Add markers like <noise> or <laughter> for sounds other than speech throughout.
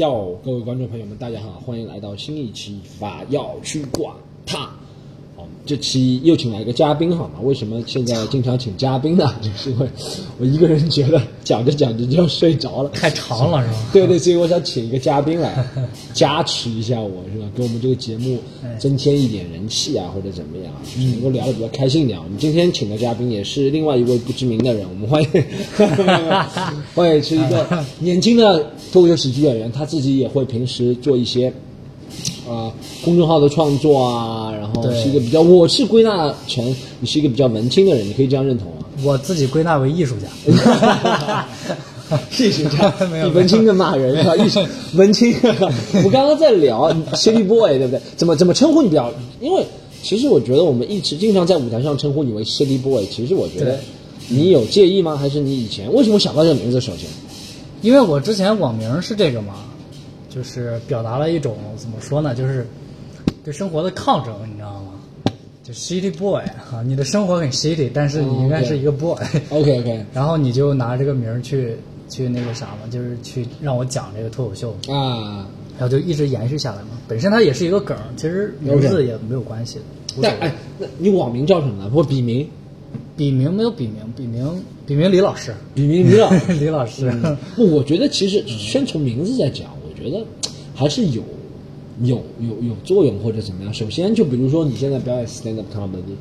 哟，各位观众朋友们，大家好，欢迎来到新一期法药去管他。好，这期又请来一个嘉宾，好吗？为什么现在经常请嘉宾呢？就是因为我一个人觉得讲着讲着就要睡着了。太长了是 <laughs> 吧？对对，所以我想请一个嘉宾 <laughs> 来加持一下我，是吧？给我们这个节目哎嗯增添一点人气啊，或者怎么样，就是能够聊得比较开心一点。我们今天请的嘉宾也是另外一位不知名的人，我们欢迎， <laughs> 欢迎是一个年轻的脱口秀喜剧演员，他自己也会平时做一些。啊、公众号的创作啊，然后对是一个比较，我是归纳成你是一个比较文青的人，你可以这样认同啊。我自己归纳为艺术 <laughs> 家。谢 <laughs> 谢家没有比文青更骂人是吧？一说文青， <laughs> 我刚刚在聊 <laughs> City Boy，对不对？怎么怎么称呼你比较？因为其实我觉得我们一直经常在舞台上称呼你为 City Boy，其实我觉得对你有介意吗？还是你以前为什么想到这个名字？首先，因为我之前网名是这个嘛，就是表达了一种怎么说呢，就是对生活的抗争，你知道吗？就 city boy 啊，你的生活很 city，但是你应该是一个 boy，、 OK OK <laughs> 然后你就拿这个名儿去去那个啥嘛，就是去让我讲这个脱口秀，啊，然后就一直延续下来嘛。本身它也是一个梗儿，其实名 OK 字也没有关系的。无所但谓哎，那你网名叫什么呢？或笔名？笔名没有笔名，笔名笔名李老师，笔名 <laughs> 知道？李老师。嗯 <laughs> 不，我觉得其实先从名字再讲，我觉得还是有有有有作用或者怎么样。首先，就比如说你现在表演 stand up comedy，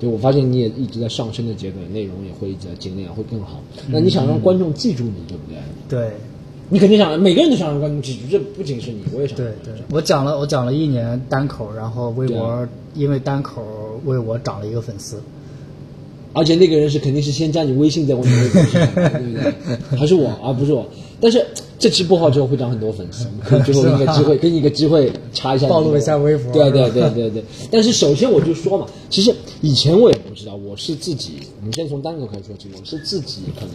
对我发现你也一直在上升的阶段，内容也会一直在精炼，会更好。嗯那你想让观众记住你，对不对？ <laughs> 对你肯定想，每个人都想让观众记住，这不仅是你，我也想。对对，我讲了我讲了一年单口，然后微博因为单口为我涨了一个粉丝，而且那个人是肯定是先加你微信，再问你微博是什么，对不 <laughs> 对？还是我啊，不是我。但是这期播好之后会涨很多粉 <laughs> 丝，可以最后一个机会，给你一个机会查一下你的，暴露一下微博对对对对对。但是首先我就说嘛，其实以前我也不知道，我是自己，我们先从单口开始说起，我是自己可能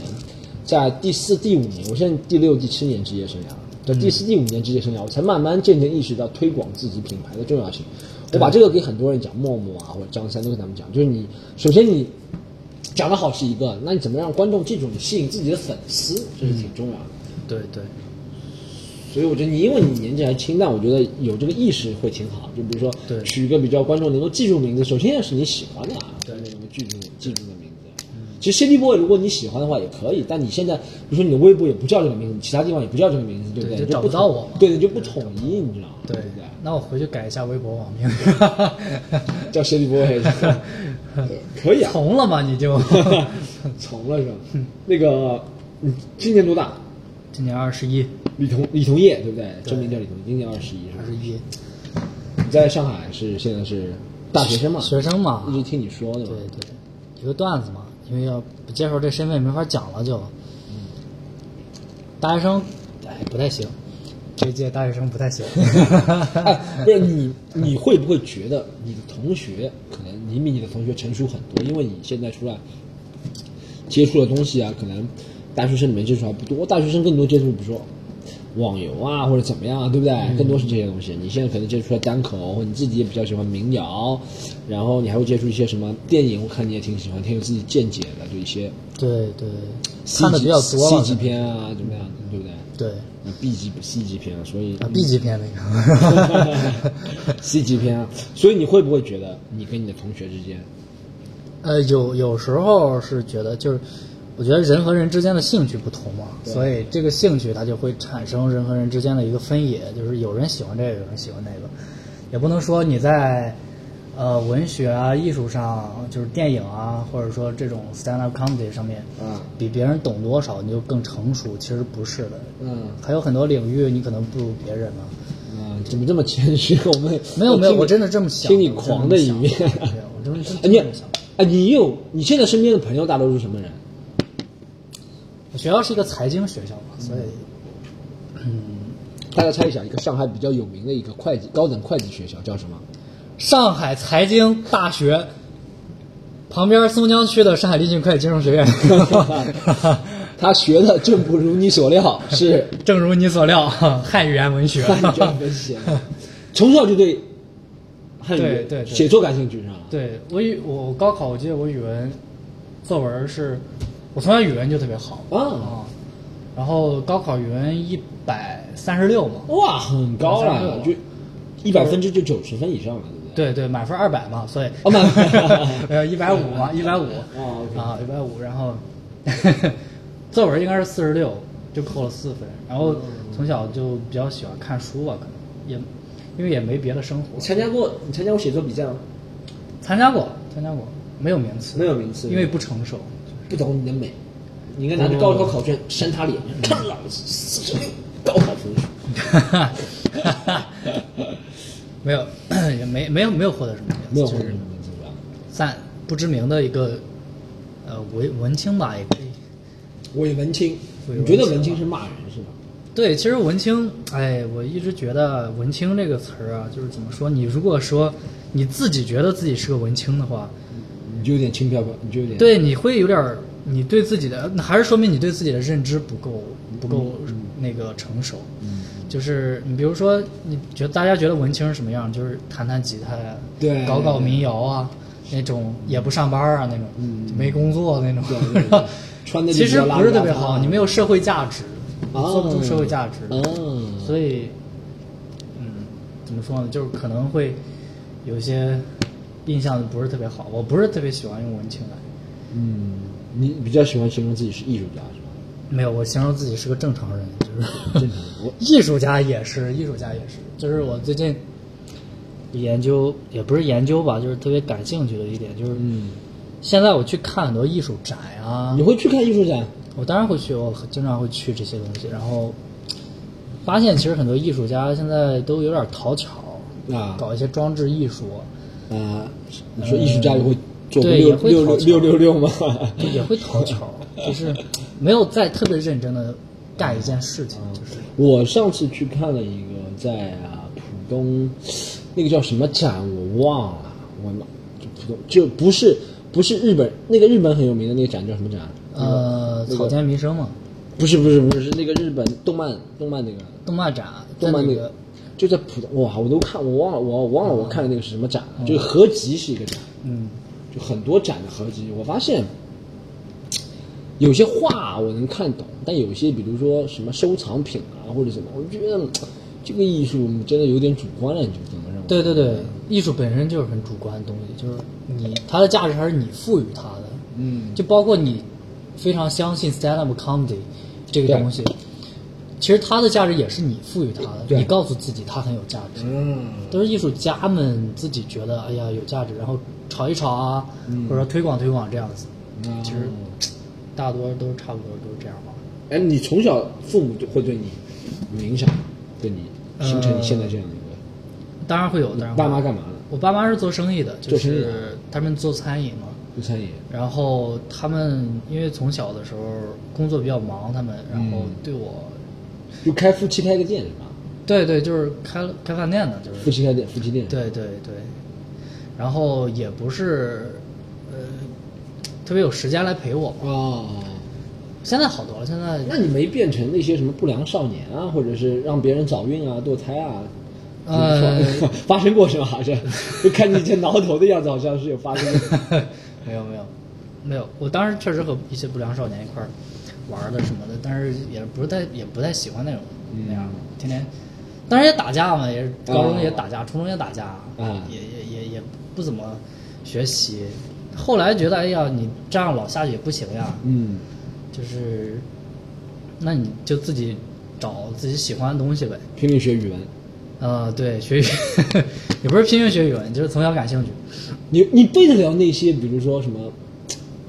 在第四、第五年，我现在第六、第七年职业生涯了。在第四、第五年职业生涯，我才慢慢渐渐意识到推广自己品牌的重要性。我把这嗯个给很多人讲，陌陌啊或者张三都跟他们讲，就是你首先你讲的好是一个，那你怎么让观众记住你，吸引自己的粉丝，这是挺重要的。对对所以我觉得你因为你年纪还轻，但我觉得有这个意识会挺好。就比如说，对取一个比较观众能够记住名字，首先要是你喜欢的啊，对能够记住记住的名字。嗯其实 City Boy 如果你喜欢的话也可以，但你现在比如说你的微博也不叫这个名字，其他地方也不叫这个名字，对不对你就就找不不到我统对，你就不统一，你知道吗？对对不对？那我回去改一下微博网 <laughs> 名，叫 City Boy <laughs> 可以啊，从了吧你 <laughs> 就。 <laughs> 从了是吧？那个你今年多大？今年二十一，李同李同业对不对？真名叫李同，今年二十一是吧二？十一，你在上海是现在是大学生嘛？学生嘛一，直听你说的嘛。对对，一个段子嘛，因为要不介绍这身份没法讲了就。大学生，哎，不太行，这届大学生不太行。哎，不是你，你会不会觉得你的同学可能你比你的同学成熟很多？因为你现在出来接触的东西啊，可能大学生里面接触还不多，大学生更多接触，比如说网游啊或者怎么样啊，对不对？嗯更多是这些东西。你现在可能接触了单口，或者你自己也比较喜欢民谣，然后你还会接触一些什么电影，我看你也挺喜欢，挺有自己见解的，就一些对对 C，看的比较多了。 C 级片啊，怎么样的，对不对？对那 B 级 C 级片啊，所以啊，B 级片那个， <laughs> C 级片啊，所以你会不会觉得你跟你的同学之间，呃，有有时候是觉得就是，我觉得人和人之间的兴趣不同嘛，所以这个兴趣它就会产生人和人之间的一个分野，就是有人喜欢这个，有人喜欢那个，也不能说你在。呃，文学啊，艺术上就是电影啊，或者说这种 stand up comedy 上面，嗯比别人懂多少，你就更成熟。其实不是的，嗯还有很多领域你可能不如别人呢、嗯，怎么这么谦虚？我们没有没有，听你我真的这么想的，听你狂的一面。我真的这么 <laughs> 想的对我真的哎真你的这哎么想的。，你有你现在身边的朋友大多数什么人？我学校是一个财经学校嘛，所以大家猜一下，一个上海比较有名的一个会计高等会计学校叫什么？ <laughs> 上海财经大学旁边松江区的上海立信会计金 <laughs> 融学院，他学的正不如你所料，是正如你所料，汉语言文学。汉语文学，从小就对汉语对对对写作感兴趣是吧？对我语我我高考我记得我语文作哦文是，我从小语文就特别好啊然后高考语文一百三十六嘛，哇，很高啊了， 136就一百分之就九十分以上了，对不对？对对，满分二百嘛，所以哦满 <laughs> 分呃一百五 <laughs> 嘛，一百五哦，OK 啊一百五，然后作文应该是四十六，就扣了四分。然后嗯从小就比较喜欢看书啊吧，可能也因为也没别的生活你，参加过你参加过写作比赛吗？参加过参加过，没有名次，没有名次因为不成熟。 <laughs> 不懂你的美，你应该拿着高考考卷扇他脸，看老子四十六高考分数。没有，也没没有没有获得什么名次，没有就获是得什么名次是吧？三不知名的一个呃文文青吧，也可以。伪文青，你伪文觉得青文青啊是骂人是吧？对，其实文青，哎，我一直觉得“文青”这个词儿啊，就是怎么说？你如果说你自己觉得自己是个文青的话，你就有点轻飘飘，你就有点对，你会有点儿，你对自己的，还是说明你对自己的认知不够，不够嗯那个成熟。就是你比如说，你觉得大家觉得文青是什么样？就是弹弹吉他呀，对搞搞对嗯民谣啊，那种也不上班啊，那种、就没工作那种对对对， <laughs> 穿的其实不是特别好，你没有社会价值，你啊做不出社会价值。嗯，所以，嗯，怎么说呢？就是可能会有一些印象不是特别好。我不是特别喜欢用文青来，嗯，你比较喜欢形容自己是艺术家是吧？没有，我形容自己是个正常人，就 <laughs> 正是常我艺术家也是，艺术家也是。就是我最近研究，也不是研究吧，就是特别感兴趣的一点，就是嗯，现在我去看很多艺术展啊你，会去看艺术展？我当然会去，我很经常会去这些东西，然后发现其实很多艺术家现在都有点讨巧。啊搞一些装置艺术，啊，你说艺术呃家也会做个对六也会六讨六巧六六六 <laughs> 吗？就也会 <laughs> 讨巧，就是没有再特别认真的干一件事情，就是我上次去看了一个在啊浦东，那个叫什么展我忘了，我妈就浦东就不是不是日本那个日本很有名的那个展叫什么展？呃，嗯那个草间弥生嘛，不是不是不是那个日本动漫动漫那个动漫展，动漫在那那个，就在浦东哇，我都看我忘了我忘了我看的那个是什么展哦了，就是合集是一个展，嗯，就很多展的合集，我发现。有些画我能看懂，但有些比如说什么收藏品啊或者什么，我就觉得嗯这个艺术真的有点主观了，你就怎么认为？对对对，艺术本身就是很主观的东西，就是你它的价值还是你赋予它的，嗯，就包括你非常相信 stand up comedy 这个对东西，其实它的价值也是你赋予它的，对你告诉自己它很有价值，嗯，都是艺术家们自己觉得哎呀有价值，然后炒一炒啊，嗯或者说推广推广这样子。其实大多都差不多都是这样吧。哎，你从小父母就会对你有影响，对你形成你现在这样的一当然会有，当个。然会爸有妈干嘛呢？我爸妈是做生意的，就做生意是他们做餐饮嘛。做餐饮。然后他们因为从小的时候工作比较忙，他们然后嗯对我，就开夫妻开个店是吧？对对，就是开了开饭店的，就夫是妻开店，夫妻店。，对对对。然后也不是，呃，特别有时间来陪我嘛。哦，现在好多了，现在那你没变成那些什么不良少年啊，或者是让别人早孕啊、堕胎啊？呃 <laughs> 发生过是吧？好像就看你以前挠头的样子，好像是有发生过。 <laughs> 没有没有没有，我当时确实和一些不良少年一块儿玩儿的什么的，但是也不是太也不太喜欢那种、嗯那样的，天天，当然也打架嘛，也是高中啊也打架，初中也打架，啊也也也也不怎么学习。后来觉得，哎呀，你这样老下去也不行呀，嗯，就是，那你就自己找自己喜欢的东西呗。拼命学语文。呃，对，学语 <laughs> 也不是拼命学语文，就是从小感兴趣。你你背得了那些，比如说什么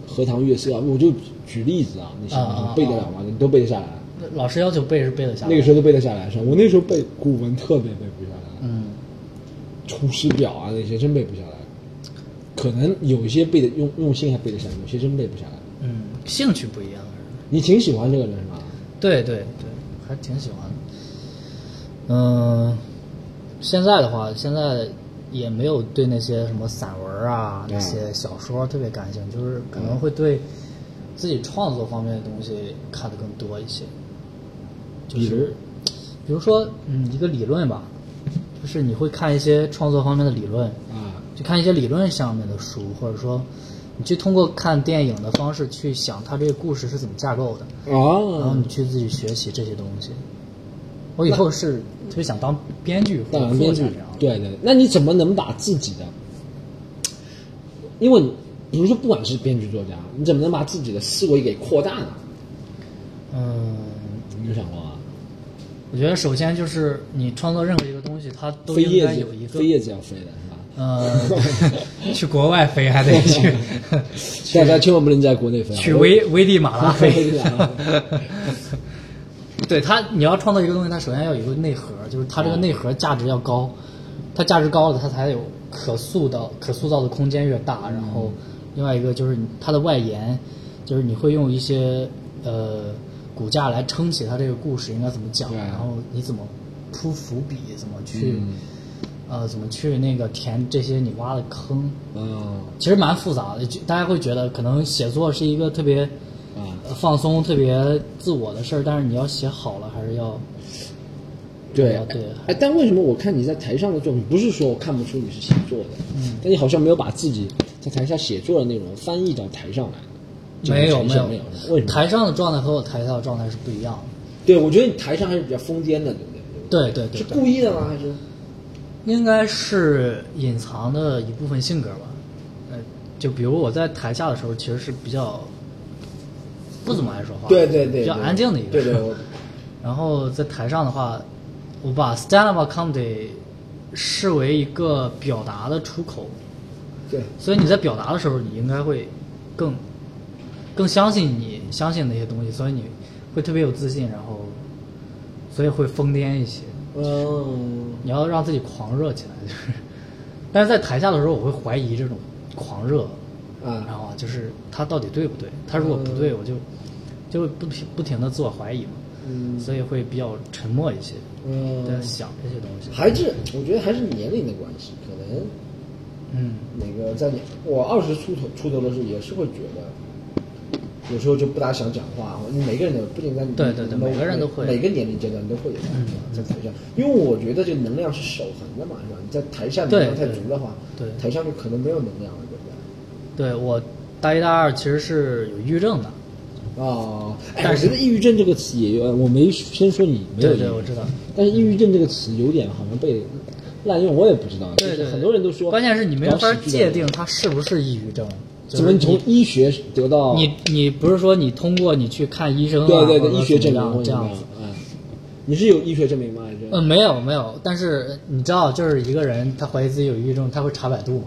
荷塘月色啊，我就举例子啊，那些啊啊你背得了吗？你都背得下来啊？老师要求背是背得下来的，那个时候都背得下来是吧？我那时候背古文特别背不下来，嗯。 《出师表》啊那些真背不下来，可能有一些背的用用心还背得下来，有些真背不下来。嗯，兴趣不一样。你挺喜欢这个人啊是吧？对对对，还挺喜欢的。嗯、现在的话，现在也没有对那些什么散文啊、那些小说特别感兴趣，就是可能会对自己创作方面的东西看得更多一些。就比如是，比如说，嗯，一个理论吧，就是你会看一些创作方面的理论，啊，去看一些理论上面的书，或者说你去通过看电影的方式去想它这个故事是怎么架构的，然后哦你，去自己学习这些东西。嗯我以后是特别想当编剧或者当作编家剧这样。，对对，那你怎么能把自己的，因为你比如说不管是编剧作家，你怎么能把自己的思维给扩大呢？嗯，你有想啊过吗？我觉得首先就是你创作任何一个东西，它都飞应叶该子有一，个飞叶子要飞的是吧？呃， <laughs> 去国外飞还得去 <laughs> 大家千万不能在国内飞啊。去我危 <laughs> 危地马拉危飞地马拉。对它，你要创造一个东西，它首先要有一个内核，就是它这个内核价值要高，它价值高了，它才有可塑到可塑造的空间越大。然后另外一个就是你它的外延，就是你会用一些呃骨架来撑起它这个故事应该怎么讲，对然后你怎么铺伏笔，怎么去、嗯呃怎么去那个填这些你挖的坑。嗯其实蛮复杂的，就大家会觉得可能写作是一个特别啊，呃放松、特别自我的事儿，但是你要写好了，还是要对啊对哎，但为什么我看你在台上的作品，不是说我看不出你是写作的，嗯，但你好像没有把自己在台下写作的内容翻译到台上来，这个没有呈现没为什么？台上的状态和我台下的状态是不一样的。对，我觉得你台上还是比较疯癫的，对不对？对对对是对，故意的吗？还是？应该是隐藏的一部分性格吧。呃，就比如我在台下的时候，其实是比较不怎么爱说话，对对对，比较对安静的一个对人。对，我然后在台上的话，我把 stand up comedy 视为一个表达的出口，对所以你在表达的时候，你应该会更更相信你相信那些东西，所以你会特别有自信，然后所以会疯癫一些。嗯，你要让自己狂热起来， <laughs> 就是。但是在台下的时候，我会怀疑这种狂热，啊然后就是他到底对不对？他如果不对，我就就会不停不停的自我怀疑嘛，嗯所以会比较沉默一些，在嗯，想这些东西。还是我觉得还是年龄的关系，可能嗯，哪个在你我二十出头出头的时候也是会觉得，有时候就不大想讲话，或者每个人都不仅在你对对对你都每个人都会嗯每个年龄阶段都会有这样在台上，因为我觉得这个能量是守恒的嘛，是吧？你在台下能量太对对足的话，对台上就可能没有能量了，对不对我大一大二其实是有抑郁症的，对？哦，哎，但我觉是得抑郁症这个词也有，我没先说你没有抑对郁对，症我知道。但是抑郁症这个词有点好像被滥用，我也不知道。对啊就对，是很多人都说，关键是你没搞法喜剧的界人定它是不是抑郁症，就怎么是你从医学得到你你不是说你通过你去看医生啊，对对或对者医学怎证明么样或者这怎么样样子？嗯，你是有医学证明吗？还是呃，没有没有，但是你知道，就是一个人他怀疑自己有抑郁症，他会查百度嘛？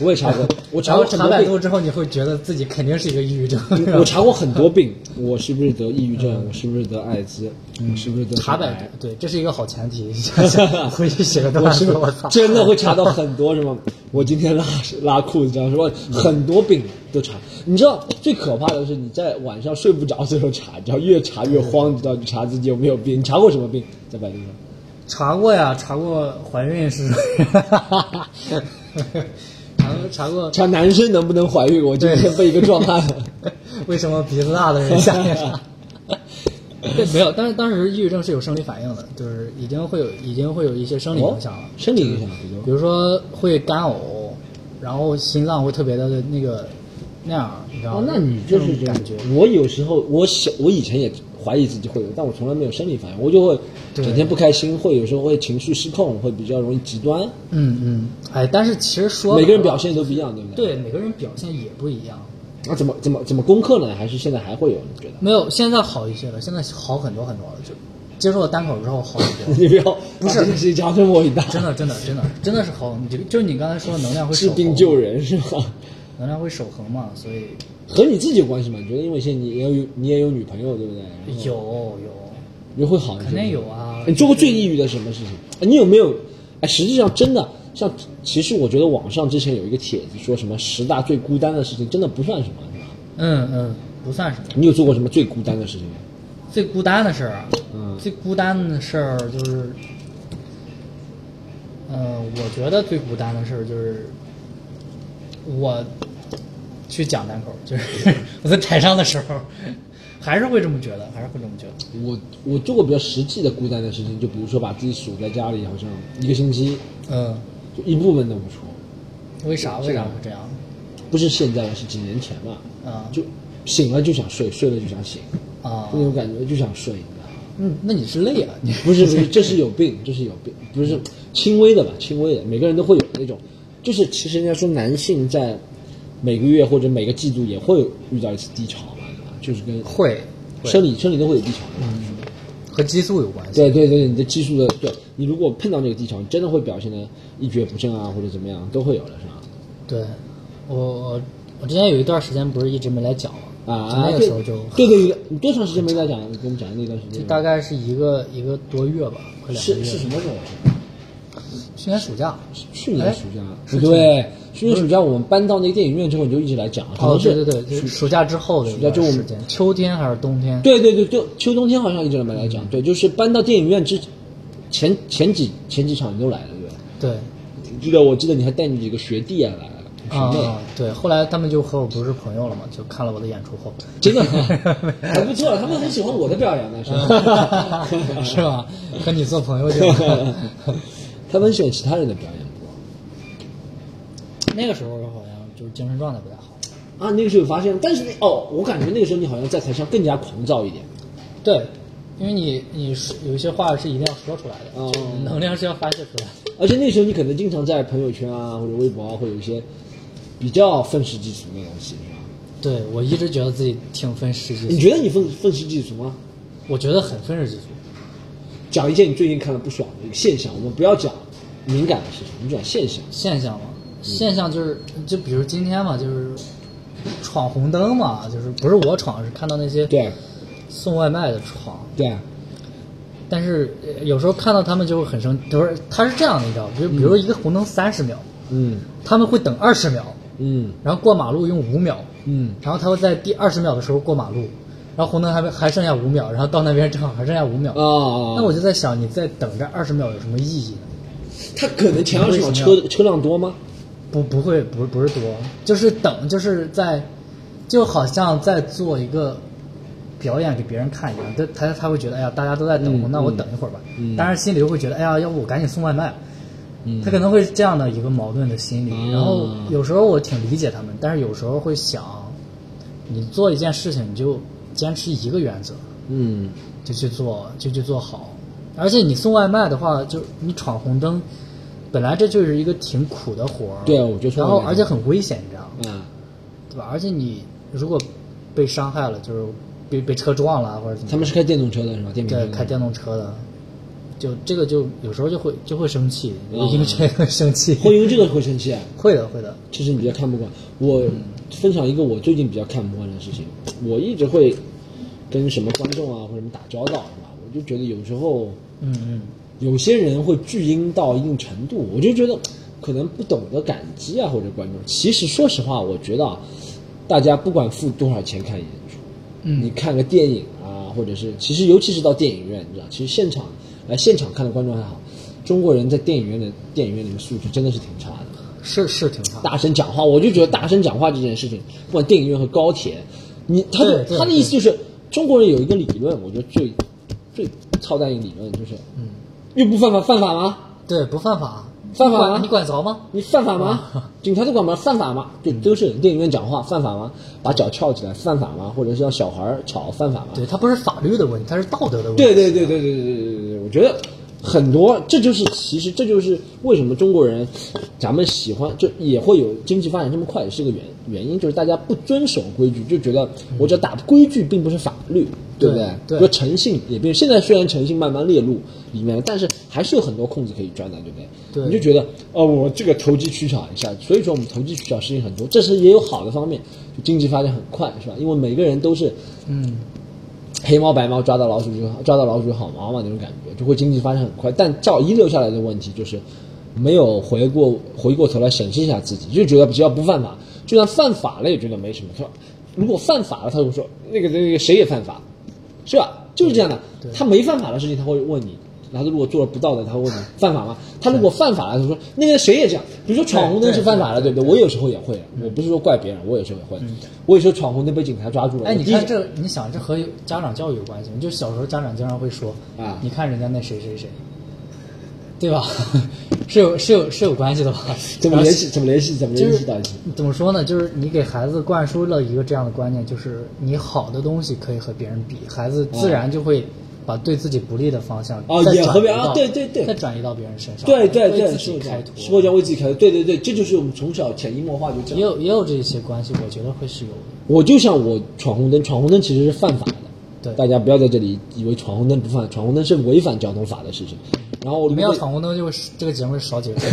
我也查 <laughs> 过我查然后过很查多百病度之后，你会觉得自己肯定是一个抑郁症。 <laughs> 我查过很多病，我是不是得抑郁症？我是不是得艾滋？我是不是得嗯 <laughs> 查百百度，对，这是一个好前提。想想回去写个我段是子，不 <laughs> 我是操，真的会查到很多什么？我今天拉拉裤子，知道什么？嗯很多病都查。你知道最可怕的是你在晚上睡不着的时候查，你知道越查越慌，你知道你查自己有没有病？你查过什么病？在百度上？查过呀，查过怀孕是，查过查过查男生能不能怀孕？我今天被一个壮汉。为什么鼻子大的人下面大？对，没有，但是当时抑郁症是有生理反应的，就是已经会有已经会有一些生理影响了，哦生理影响比如比如说会干呕，然后心脏会特别的那个那样，你知道哦吗？，那你就是这这样啊种感觉。我有时候，我小，我以前也怀疑自己会有，但我从来没有生理反应，我就会对整天不开心，会有时候会情绪失控，会比较容易极端。嗯嗯，哎，但是其实说每个人白了表现都不一样，对不对？对每个人表现也不一样，对。那怎么怎么怎么攻克呢？还是现在还会有？你觉得？ <laughs> 没有现在好一些了，现在好很多很多了，就接触了单口之后好 <laughs> 。很多你不要不是把这个事情加深我一大，真的，真的，真的，真的是好，你就就是你刚才说的能量会治守病恒救人是吧？能量会守恒嘛，所以和你自己有关系吗？你觉得？因为现在你也有你也有女朋友，对不对？然后有有，你会好一些吗肯定有啊你做过最抑郁的什么事情？哎你有没有？哎，实际上真的，像其实我觉得网上之前有一个帖子说什么十大最孤单的事情，真的不算什么，是吧？嗯嗯，不算什么。你有做过什么最孤单的事情吗？最孤单的事儿啊，嗯最孤单的事儿就是，呃，我觉得最孤单的事儿就是我去讲单口，就是 <laughs> 我在台上的时候，还是会这么觉得，还是会这么觉得。我我做过比较实际的孤单的事情，就比如说把自己锁在家里，好像一个星期嗯，就一部分都不出，为啥是为啥的会这样？不是现在，是几年前吧，啊就醒了就想睡，睡了就想醒，啊那种感觉就想睡，你知道吗？嗯，那你是累了，你不是不是，这是有病， <laughs> 这是有病，不是轻微的吧？轻微的，每个人都会有那种，就是其实人家说男性在每个月或者每个季度也会遇到一次低潮嘛，就是跟 <laughs> 会会生理生理都会有低潮的嘛。嗯和激素有关系。对对对，你的激素的，对你如果碰到这个低潮，你真的会表现的一蹶不振啊，或者怎么样，都会有的，是吧？对，我我我之前有一段时间不是一直没来讲吗？就啊，那个对时候就对对对，你多长时间没来讲？你跟我们讲那段时间，大概是一个一个多月吧，快两个是月。是什么时候？去年暑假。去年暑假，哎是不去对，去年暑假我们搬到那个电影院之后，你就一直来讲，可哦能，是对对对，就是暑假之后的一假段就我们时间，秋天还是冬天？对对对，就秋冬天好像一直没来嗯讲，对，就是搬到电影院之前前几前几场你都来了，对吧？对记得我记得你还带你几个学弟啊来了，啊学妹，对。后来他们就和我不是朋友了嘛，就看了我的演出后，真的 <laughs> 还不错，啊他们很喜欢我的表扬呢，是吧？ <laughs> 是吧？和你做朋友就好 <laughs> 他们喜欢其他人的表演不？ <laughs> 那个时候好像就是精神状态不太好。啊，那个时候发现，但是那哦，我感觉那个时候你好像在台上更加狂躁一点，对，因为你你说有一些话是一定要说出来的，哦就是能量是要发泄出来的。而且那时候你可能经常在朋友圈啊或者微博啊会有一些比较愤世嫉俗的东西，是吧？对我一直觉得自己挺分世界，你觉得你愤愤世嫉俗吗？我觉得很分世嫉俗。讲一件你最近看了不爽的一个现象，我们不要讲敏感的事情，我们讲现象。现象嘛，现象就是就比如今天嘛，就是闯红灯嘛，就是不是我闯，是看到那些对送外卖的闯。对，但是呃有时候看到他们就会很生，就是他是这样的，你知道吗，就比如一个红灯三十秒，嗯他们会等二十秒，嗯然后过马路用五秒，嗯，然后他会在第二十秒的时候过马路，然后红灯还没还剩下五秒，然后到那边正好还剩下五秒啊、，哦那我就在想，你再等这二十秒有什么意义呢？他可能前二十秒车车辆多吗？不不会不是不是多，就是等就是在，就好像在做一个表演给别人看一样，他他他会觉得哎呀大家都在等我，嗯那我嗯等一会儿吧，嗯当然心里又会觉得哎呀要不我赶紧送外卖，嗯他可能会是这样的一个矛盾的心理。啊然后有时候我挺理解他们，但是有时候会想，你做一件事情你就坚持一个原则，嗯就去做，就去做好。而且你送外卖的话，就你闯红灯，本来这就是一个挺苦的活儿。对啊我就说然后我也而且很危险，你知道吗？啊，对吧？而且你如果被伤害了，就是被被车撞了啊或者怎么样，他们是开电动车的是吧？电瓶车对的开电动车的，就这个就有时候就会就会生气，嗯因为这个生气。会因为这个会生气啊？会的，会的。这是你比较看不惯。我分享一个我最近比较看不惯的事情，我一直会跟什么观众啊或者什么打交道是吧？我就觉得有时候嗯嗯，有些人会巨婴到一定程度，我就觉得可能不懂得感激啊，或者观众。其实说实话，我觉得啊，大家不管付多少钱看演出，嗯你看个电影啊，或者是其实尤其是到电影院，你知道，其实现场来现场看的观众还好，中国人在电影院的电影院里面素质真的是挺差的。是是挺差的。大声讲话，我就觉得大声讲话这件事情，不管电影院和高铁，你他对的对他的意思就是，中国人有一个理论，我觉得最最操蛋一个理论就是，嗯，又不犯法犯法吗？对，不犯法，啊犯法你吗嗯管你管着吗？你犯法啊吗？警察都管吗？犯法吗？嗯对，都是电影院讲话犯法吗？把脚翘起来犯法吗？或者是让小孩儿吵犯法吗？对，它不是法律的问题，它是道德的问题。对对对对对对对对对，我觉得很多，这就是其实这就是为什么中国人，咱们喜欢就也会有经济发展这么快也是个原原因，就是大家不遵守规矩，就觉得我只要打规矩并不是法律，对不对对说诚信也变，现在虽然诚信慢慢列入里面，但是还是有很多空子可以钻的，对不对？对你就觉得哦，我这个投机取巧一下，所以说我们投机取巧事情很多，这是也有好的方面，就经济发展很快，是吧？因为每个人都是嗯，黑猫白猫抓到老鼠就好，抓到老鼠就好猫嘛那种感觉，就会经济发展很快。但照遗留下来的问题就是，没有回过回过头来审视一下自己，就觉得只要不犯法，就算犯法了也觉得没什么。他说如果犯法了，他会说那个那个谁也犯法，是吧？就是这样的对。他没犯法的事情他会问你。然后他如果做了不道德，他会问你犯法吗？他如果犯法了，他说那个谁也这样，比如说闯红灯是犯法的，对不对？我有时候也会的，我不是说怪别人，我有时候也会的。我有时候闯红灯被警察抓住了，嗯哎，我你第一看这，你想这和家长教育有关系吗？就小时候家长经常会说啊你看人家那谁谁谁，对吧？ <laughs> 是有是有是有关系的吧？怎么联系？怎么联系？怎么就联是系到一起？怎么说呢？就是你给孩子灌输了一个这样的观念，就是你好的东西可以和别人比，孩子自然就会把对自己不利的方向啊哦再也转和别移啊到对对对再转移到别人身上，对对为对，自是己有这开样拓，是我讲为自己开拓，对对对，这就是我们从小潜移默化就这也样。有也有这些关系，我觉得会是有的。我就像我闯红灯，闯红灯其实是犯法的。对大家不要在这里以为闯红灯不犯，闯红灯是违反交通法的事情。然后你们要闯红灯，就会这个节目会少几 <laughs> 个人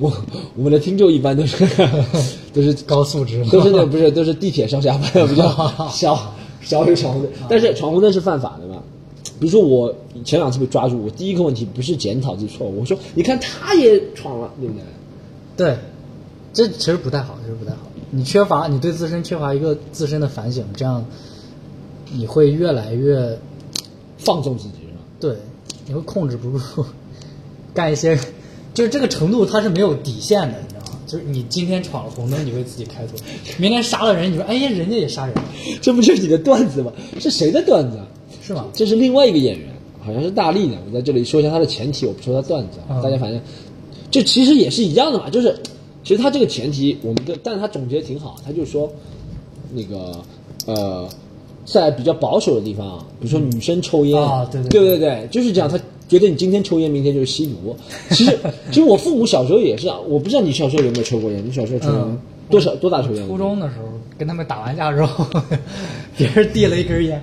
我我们的听众一般都是 <laughs> 都是高素质，都是那不是都是地铁上下班的 <laughs> 比较少少有闯红灯，但是闯红灯是犯法的嘛？比如说我前两次被抓住，我第一个问题不是检讨自己错误，我说你看他也闯了，对不对？对，这其实不太好，其实不太好。你缺乏，你对自身缺乏一个自身的反省，这样你会越来越放纵自己是吧？ <laughs> 对，你会控制不住，干一些， <laughs> 就是这个程度它是没有底线的，你知道吗？就是你今天闯了红灯，你为自己开脱；明天杀了人，你说哎呀，人家也杀人，这不就是你的段子吗？是谁的段子啊？是吗？这是另外一个演员，好像是大力的。我在这里说一下他的前提，我不说他段子啊，嗯大家反正这其实也是一样的嘛，就是其实他这个前提，我们的，但他总结挺好，他就说那个呃，在比较保守的地方，啊比如说女生抽烟，嗯啊对对对对对对，就是这样，他。觉得你今天抽烟，明天就是吸毒。其实，其实我父母小时候也是啊。我不知道你小时候有没有抽过烟？你小时候抽烟吗嗯多少多大抽烟？初中的时候跟他们打完架之后， <laughs> 别人递了一根烟，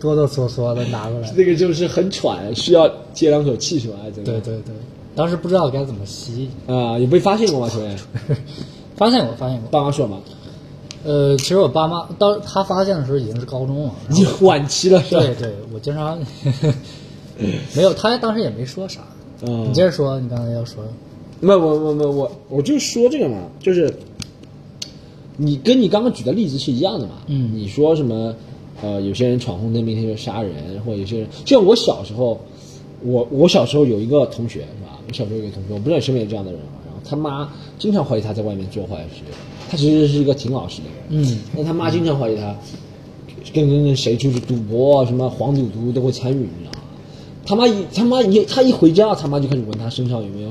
哆哆嗦嗦的拿 <laughs> 过来，那个就是很喘，需要接两口气是吧？这个对对对，当时不知道该怎么吸，啊、有被发现过吗？球员？发现过，发现过。爸妈说吗？呃，其实我爸妈当他发现的时候已经是高中了，已经 <laughs> 晚期了是吧？对对，我经常 <laughs> 没有，他当时也没说啥。嗯你接着说，你刚才要说，没有，我我我我我就说这个嘛，就是你跟你刚刚举的例子是一样的嘛。嗯你说什么？呃，有些人闯红灯，明天就杀人，或者有些人，就像我小时候，我我小时候有一个同学是吧？我小时候有一个同学，我不知道你身边有这样的人吗？然后他妈经常怀疑他在外面做坏事，他其实是一个挺老实的人。嗯，但他妈经常怀疑他，跟跟跟谁出去赌博啊，什么黄赌毒都会参与，你知道吗？他妈一他妈一他一回家，他妈就开始闻他身上有没有，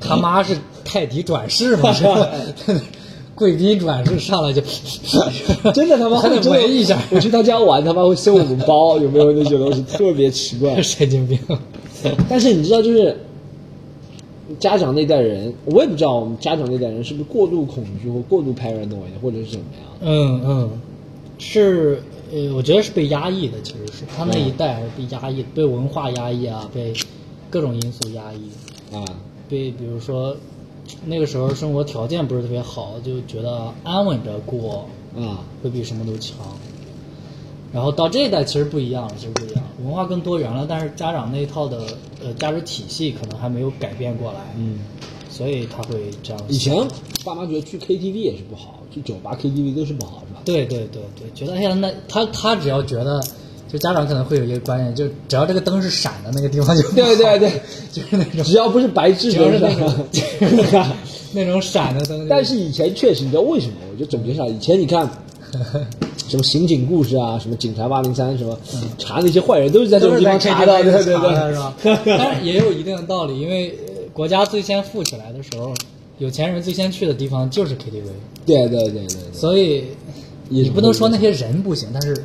他妈是泰迪转世嘛，是吧？贵宾转世上来 <laughs> 就 <laughs> 真的他妈还会得真的闻一下，？我去他家玩，他妈会收我们包，有没有那种东西特别奇怪神经病。但是你知道，就是家长那代人，我也不知道我们家长那代人是不是过度恐惧或过度 paranoid，或者是怎么样？嗯嗯，是呃，我觉得是被压抑的，其实是他那一嗯代还是被压抑的，被文化压抑啊，被各种因素压抑。啊，对，比如说那个时候生活条件不是特别好，就觉得安稳着过啊，会比什么都强。然后到这一代其实不一样了，其实不一样了，文化更多元了，但是家长那一套的呃价值体系可能还没有改变过来，嗯，所以他会这样想。以前爸妈觉得去 KTV 也是不好，去酒吧 KTV 都是不好，是吧？对对对对，觉得哎呀，那他他只要觉得，就家长可能会有一个观念，就只要这个灯是闪的那个地方就不对对对好就是那种只要不是白炽只要灯是上那种那种闪的灯 <laughs> 就，但 <laughs> 是以前确实，你知道为什么？我就总结下来，以前你看。什么刑警故事啊，什么警察八零三，什么查那些坏人，都是在这嗯都种是地在方查的，对对 KTV 对查的是吧？ <laughs> 对，但是也有一定的道理，因为呃国家最先富起来的时候，有钱人最先去的地方就是 KTV，对对对对对，所以也是你不能说那些人不行，但是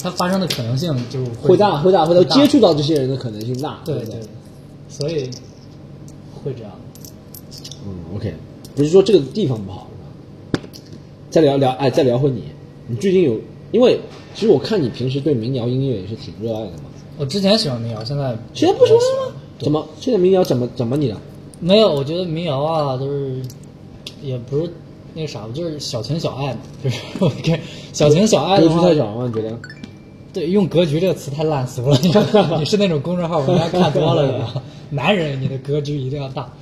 它发生的可能性就会大会大会大，接接触。触到这些人的可能性大，对不对，所以会这样。嗯，OK，不是说这个地方不好，是吧？再聊聊，哎，再聊回你，你最近有，因为其实我看你平时对民谣音乐也是挺热爱的嘛，我之前喜欢民谣，现在现在不喜说欢了吗？怎么现在民谣怎么怎么你了？没有，我觉得民谣啊，就是也不是那啥，我就是小情小爱嘛，就是我这 <laughs> 小情小爱格的局话，太小了吗？你觉得？对，用“格局”这个词太烂俗 <laughs> 了。你你是那种公众号文章看多了是吧？男人，你的格局一定要大。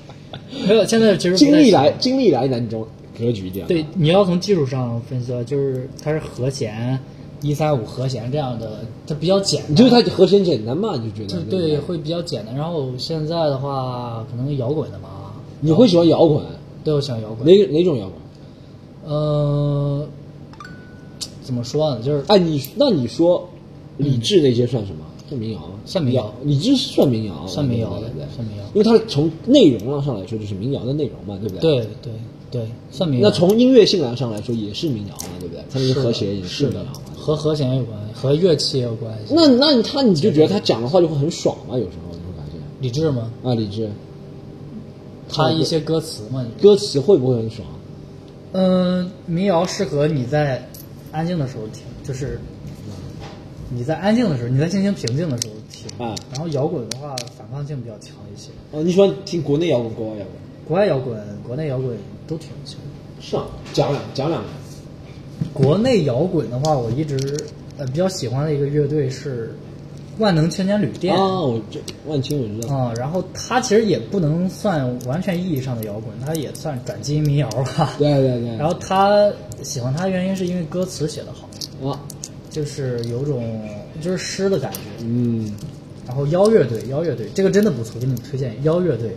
没有，现在其实不太经历喜欢来经历来难中格局这样。对，你要从技术上分析，就是它是和弦一三五和弦这样的，它比较简单。你就是它和弦简单嘛，你就觉就得对，不会比较简单。然后现在的话，可能摇滚的吧，你会喜欢摇滚？对我喜欢摇滚。哪哪种摇滚？呃，怎么说呢？就是哎，你那你说李志那些算什么？算民谣吗？算民谣李志是算民谣，算民谣对的对对，算民谣因为它从内容上上来说就是民谣的内容嘛，对不对？对对，对，算民谣。那从音乐性来上来说，也是民谣嘛，对不对？它那是个的和谐也是民谣的嘛。，和和弦有关，和乐器也有关系。那那他你就觉得他讲的话就会很爽嘛？有时候你会感觉李志吗？啊，李志他一些歌词嘛，你歌词会不会很爽？嗯，民谣适合你在安静的时候听，就是你在安静的时候，你在心情平静的时候听。啊然后摇滚的话，反抗性比较强一些，哦，你喜欢听国内摇滚、国外摇滚？国外摇滚、国内摇滚都挺喜欢。是啊，讲两讲两个。国内摇滚的话，我一直呃比较喜欢的一个乐队是万能青年旅店。啊，我这万青我知道。啊、然后它其实也不能算完全意义上的摇滚，它也算转基因民谣吧。对对对。然后他喜欢他的原因是因为歌词写得好，啊，就是有种就是诗的感觉。嗯，然后妖乐队，妖乐队这个真的不错，给你们推荐妖乐队。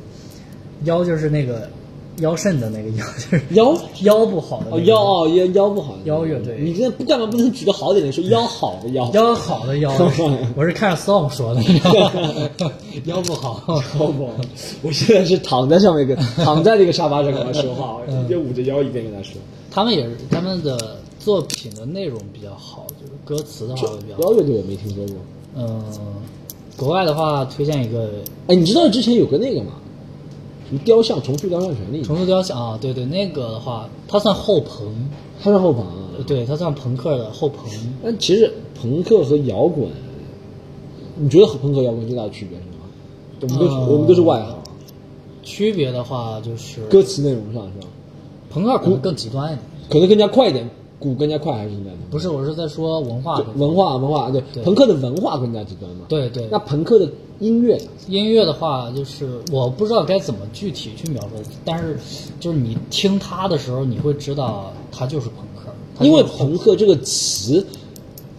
妖就是那个腰肾的那个腰，就是腰腰不好的、哦那个腰哦腰腰不好，腰乐队你这不干嘛不能举个好点的说腰好的腰？腰 <laughs> 好的腰，我是看着 song 说的，你知道吗腰 <laughs> 不好，好不好？我现在是躺在上面跟躺在那个沙发上跟他说话，嗯我直接捂着腰一边跟他说。 <laughs> 他们也是他们的作品的内容比较好，就是歌词的话会比较好。腰乐队我没听说过。嗯，国外的话推荐一个哎，你知道之前有个那个吗？什么雕像重塑雕像权利？ 《重塑雕像》啊，对对，那个的话，它算后朋，他上后旁啊。对，它算朋克的后朋。但其实朋克和摇滚，你觉得和朋克摇滚最大的区别是什么？我们都是、呃我们都是外行，区别的话就是，歌词内容上是吧？朋克可能更极端一点。可能更加快一点，鼓更加快还是应该不是，我是在说文化对的。文化文化对对朋克的文化更加极端嘛？，对对那，朋克的音乐呢？音乐的话，就是我不知道该怎么具体去描述，但是就是你听它的时候，你会知道它就是朋克。它就是因为朋克这个词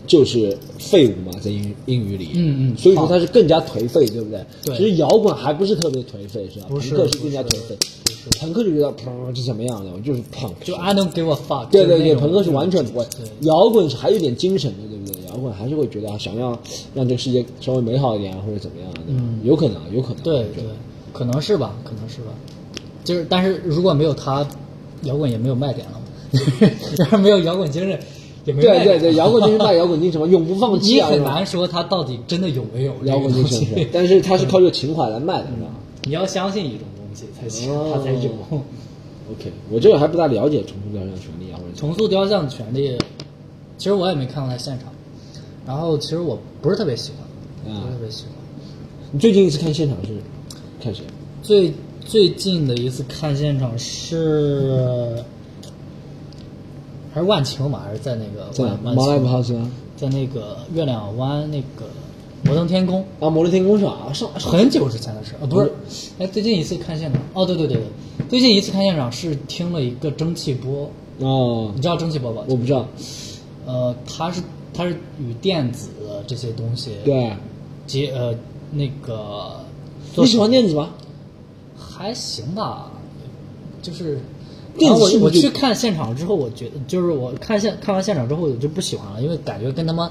就是废物嘛，在英英语里，嗯嗯所以说它是更加颓废，对不对？对其实摇滚还不是特别颓废，是吧？不是朋克不更加是颓废，朋克就觉得砰是什么样的，我就是 punk，就 I don't give a fuck 就对是对那种。对，朋克是完全不会对，摇滚是还有点精神的，对不对？摇滚还是会觉得啊想要让这个世界稍微美好一点啊，或者怎么样的，对吧嗯有可能啊，有可能啊，对我觉对得，可能是吧，可能是吧。就是，但是如果没有他，摇滚也没有卖点了嘛。 <laughs> 要是没有摇滚精神，也没卖对点对 <laughs> 对，摇滚精神带摇滚精神嘛，永不放弃你啊，很是吧难说他到底真的有没有这个摇滚精神东西 <laughs> 是，但是它是靠这个情怀来卖的，是吧？你要相信一种东西才行，哦他才有。 OK，我这个还不大了解重塑雕像权利啊，或者重塑雕像的权利，其实我也没看过他现场，然后其实我不是特别喜欢，啊不是特别喜欢。你最近一次看现场是看谁？最最近的一次看现场是还是万晴吧，还是在那个在万万马来晴布哈斯啊，在那个月亮湾那个摩登天宫，啊，摩登天空上啊，上上很久之前的事啊，不嗯是，哎，最近一次看现场，哦，对对对对，最近一次看现场是听了一个蒸汽波，哦你，知道蒸汽波吧？我不知道，呃，它是它是与电子这些东西对，结呃那个，你喜欢电子吗？还行吧，就是。电然后子我是不我是就去看现场之后，我觉得就是我看现看完现场之后，我就不喜欢了，因为感觉跟他妈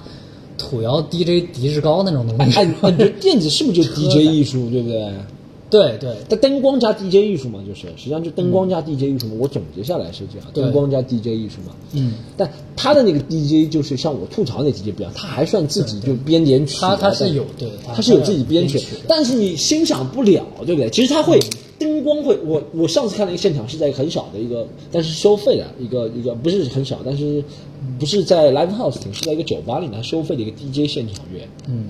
土窑 DJ 迪士高那种东西。哎，你觉得电子是不是就 DJ 艺术，对不对？ <laughs> 对对，它灯光加 DJ 艺术嘛，就是实际上就灯光加 DJ 艺术嘛。我总结下来是这样，对灯光加 DJ 艺术嘛。嗯，但他的那个 DJ 就是像我吐槽那 DJ 不一样，他还算自己就编点曲啊，他他是但有对他他是有自己编编曲曲的，嗯但是你欣赏不了，对不对？其实他会灯光会，我我上次看了一个现场是在很小的一个，但是收费的一个一个不是很小，但是不是在 live house 听，是在一个酒吧里面收费的一个 DJ 现场乐，嗯，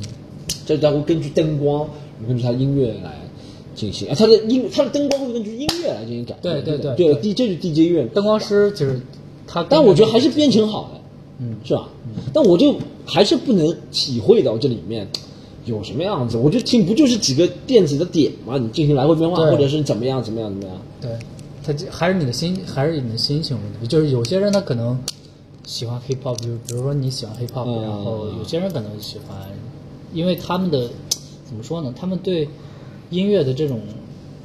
这它会根据灯光，根据它音乐来进行啊，它的音它的灯光会根据音乐来进行改变。对对对对对对，DJ 就 DJ 乐，灯光师就是他，但我觉得还是编程好的，嗯是吧？但我就还是不能体会到这里面有什么样子，我就听不就是几个电子的点嘛，你进行来回变化，对或者是怎么样怎么样怎么样。对，他这还是你的心，还是你的心情问题。就是有些人他可能喜欢 hip hop，比如比如说你喜欢 hip hop，、嗯然后有些人可能喜欢，因为他们的怎么说呢？他们对音乐的这种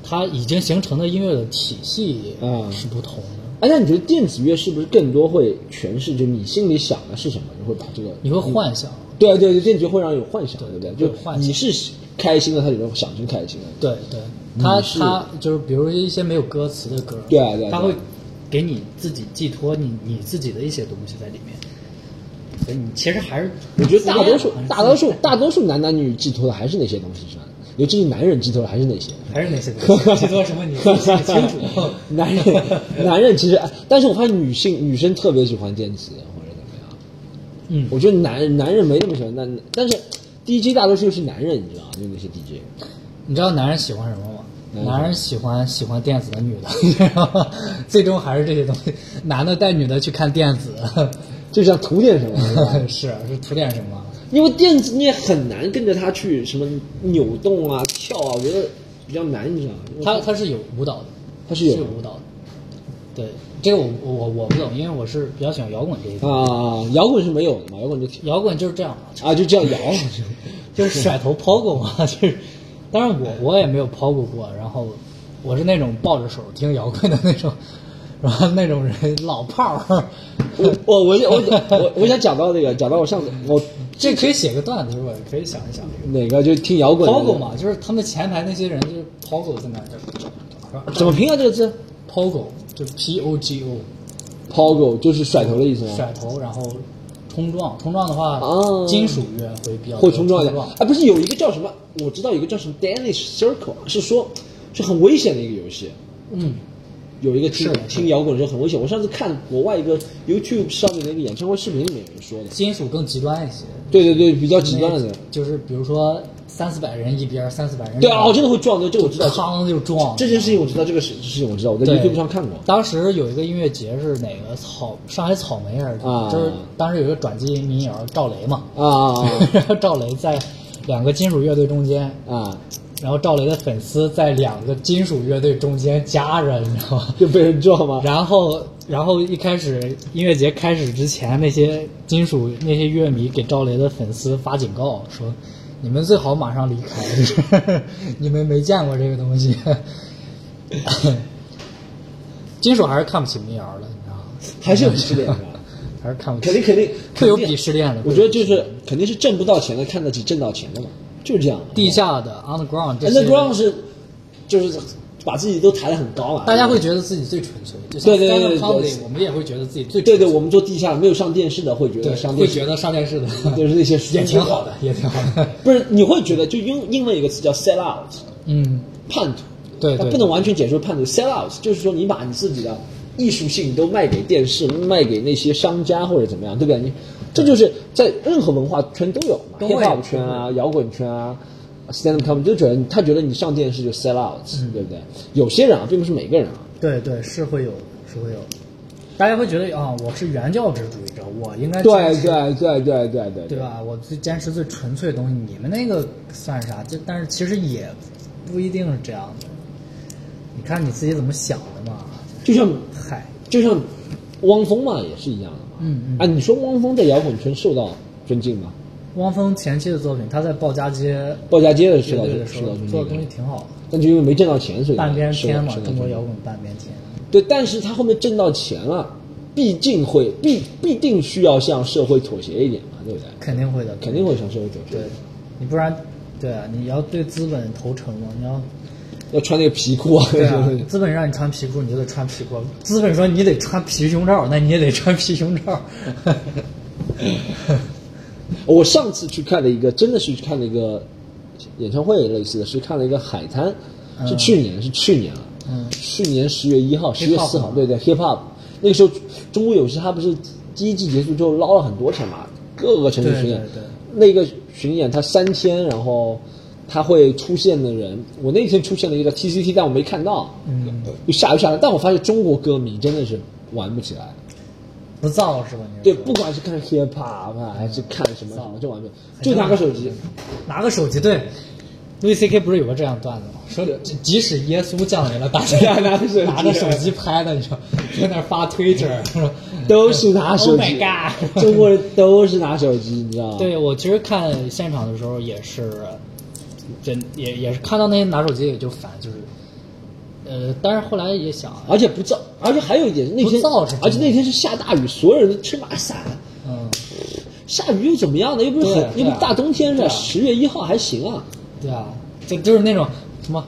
他已经形成的音乐的体系嗯是不同的。哎，那你觉得电子乐是不是更多会诠释，就你心里想的是什么，你会把这个你会幻想，对对对，电子乐会让人有幻想，对不对？对就有幻想你是开心的，它里面想成开心的。对对，他是他就是比如一些没有歌词的歌，对对他对会给你自己寄托你你自己的一些东西在里面。所以你其实还是，我觉得大多数还是自大多数大多数男男女女寄托的还是那些东西是吧？尤其是男人寄托的还是那些。。还是那些 <laughs> 东西，寄托什么你自己清 <laughs> 楚男人，男人其实，哎但是我发现女性女生特别喜欢电子或者怎么样。嗯，我觉得男男人没那么喜欢，但但是 DJ 大多数是男人，你知道吗？就那些 DJ，你知道男人喜欢什么吗？嗯男人喜欢喜欢电子的女的， <laughs> 你知道吗？最终还是这些东西，男的带女的去看电子， <laughs> 就想图点什么是吧，是啊是图点什么？ <laughs> 因为电子你也很难跟着他去什么扭动啊、跳啊，我觉得比较难，你知道吗？因为他他是有舞蹈的，他是是有舞蹈的。对，这个我我我不懂，因为我是比较喜欢摇滚这一块。啊，摇滚是没有的嘛，摇滚就挺摇滚就是这样嘛，啊就这 <laughs> 样摇，就是甩头抛过嘛， <laughs> 就是，当然我我也没有抛过过，然后我是那种抱着手听摇滚的那种，然后那种人老炮儿， <laughs> 我我我我我我想讲到那个，讲到我上次我这可以写个段子，是吧？可以想一想。哪个就听摇滚的 Pogo 嘛，就是他们前台那些人就是 Pogo 在那儿就，怎么拼啊这个字 Pogo 就 P O G O ？Pogo 就是甩头的意思吗？甩头，然后冲撞，冲撞的话，哦金属乐会比较会多冲撞一点。哎，不是有一个叫什么？我知道有一个叫什么 Danish Circle，是说是很危险的一个游戏。嗯，有一个听是的听摇滚的时候很危险。我上次看国外一个 YouTube 上面的一个演唱会视频里面有人说的。金属更极端一些，对对对，比较极端的。就是比如说三四百人一边，三四百人对啊，我真的的会撞的，这个我知道。哐就撞这件事情我知道，这个事事情我知道，我在对 YouTube 上看过。当时有一个音乐节是哪个草上海草莓还是啊就是当时有一个转基因民谣赵雷嘛，啊 <laughs> 啊然后赵雷在两个金属乐队中间，啊啊！然后赵雷的粉丝在两个金属乐队中间夹着，你知道吗？就被人撞吗？然后，然后一开始音乐节开始之前，那些金属那些乐迷给赵雷的粉丝发警告说：“你们最好马上离开， <laughs> 你们没见过这个东西。”金属还是看不起民谣的，你知道吗？还是有鄙视链是吧？还是看不起，肯定肯定 <laughs> 会有肯定鄙视链的。我觉得就是肯定是挣不到钱的看得起挣到钱的嘛，就是这样嘛。地下的 underground 这些 underground 是就是把自己都抬得很高啊嘛，大家会觉得自己最纯粹，就像对对对 stand-up 对 comedy，我们也会觉得自己最对对，我们做地下没有上电视的会觉对得上会电视觉得上电视的 <laughs> 就是那些 <laughs> 也挺好的，也挺好的。不是你会觉得就英英文有一个词叫 sell out，嗯，叛徒，对它对不能完全解说叛徒 sell out 就是说你把你自己的艺术性都卖给电视，卖给那些商家或者怎么样，对不对？你这就是在任何文化圈都有嘛都会，hiphop 圈啊，摇滚圈啊。stand up comedy 就觉得你他觉得你上电视就 sell out，、对嗯不对？有些人啊，并不是每个人啊，对对，是会有，是会有。大家会觉得啊，我是原教旨主义者，我应该对坚持对对对对对对吧？我最坚持最纯粹的东西，你们那个算啥？就但是其实也不一定是这样的，你看你自己怎么想的嘛。就像嗨，就像汪峰嘛，也是一样的嘛。嗯嗯啊，你说汪峰在摇滚圈受到尊敬吗？汪峰前期的作品，他在鲍家街鲍家街的受乐到队的时受到候尊做的东敬西的，挺好的。但就因为没挣到钱，所以半边天嘛受，到中国。受到摇尊敬滚半边天。对，但是他后面挣到钱了，毕竟会必必定需要向社会妥协一点嘛，对不对？肯定会的，肯定会向社会妥协对，，你不然，对啊，你要对资本投诚嘛，你要要穿那个皮裤啊，对 <laughs> 啊对，资本让你穿皮裤，你就得穿皮裤；资本说你得穿皮胸罩，那你也得穿皮胸罩。 <laughs> 我上次去看了一个，真的是去看了一个演唱会类似的，是看了一个海滩，是嗯去年，是去年了，嗯去年十月一号、十月四 Hip-hop 号，吗对对，hip hop，那个时候中国有嘻哈不是第一季结束之后捞了很多钱嘛，各个城市对巡演，对那个巡演它三天，然后它会出现的人，我那天出现了一个 TCT，但我没看到，嗯，就吓一吓人，但我发现中国歌迷真的是玩不起来。不造是吧？你是对，说不管是看 hip hop 啊，还是看什么什么，就完全就正拿个手机，拿个手机对。Louis C.K. 不是有个这样的段子吗？说即即使耶稣降临了，大 <laughs> 家啊拿着手机拿着手机拍的，你说在那儿发推特，说都是拿手 Oh 机。 my god！中国人都是拿手机，你知道吗？对我其实看现场的时候也是，真也也是看到那些拿手机也就烦，就是，呃，但是后来也想，而且不造，而且还有一点，那天不造是真的而且那天是下大雨，所有人都撑把伞，嗯，下雨又怎么样呢？又不是对很啊，又不是对啊大冬天是吧？对啊十月一号还行啊，对啊，就就是那种什么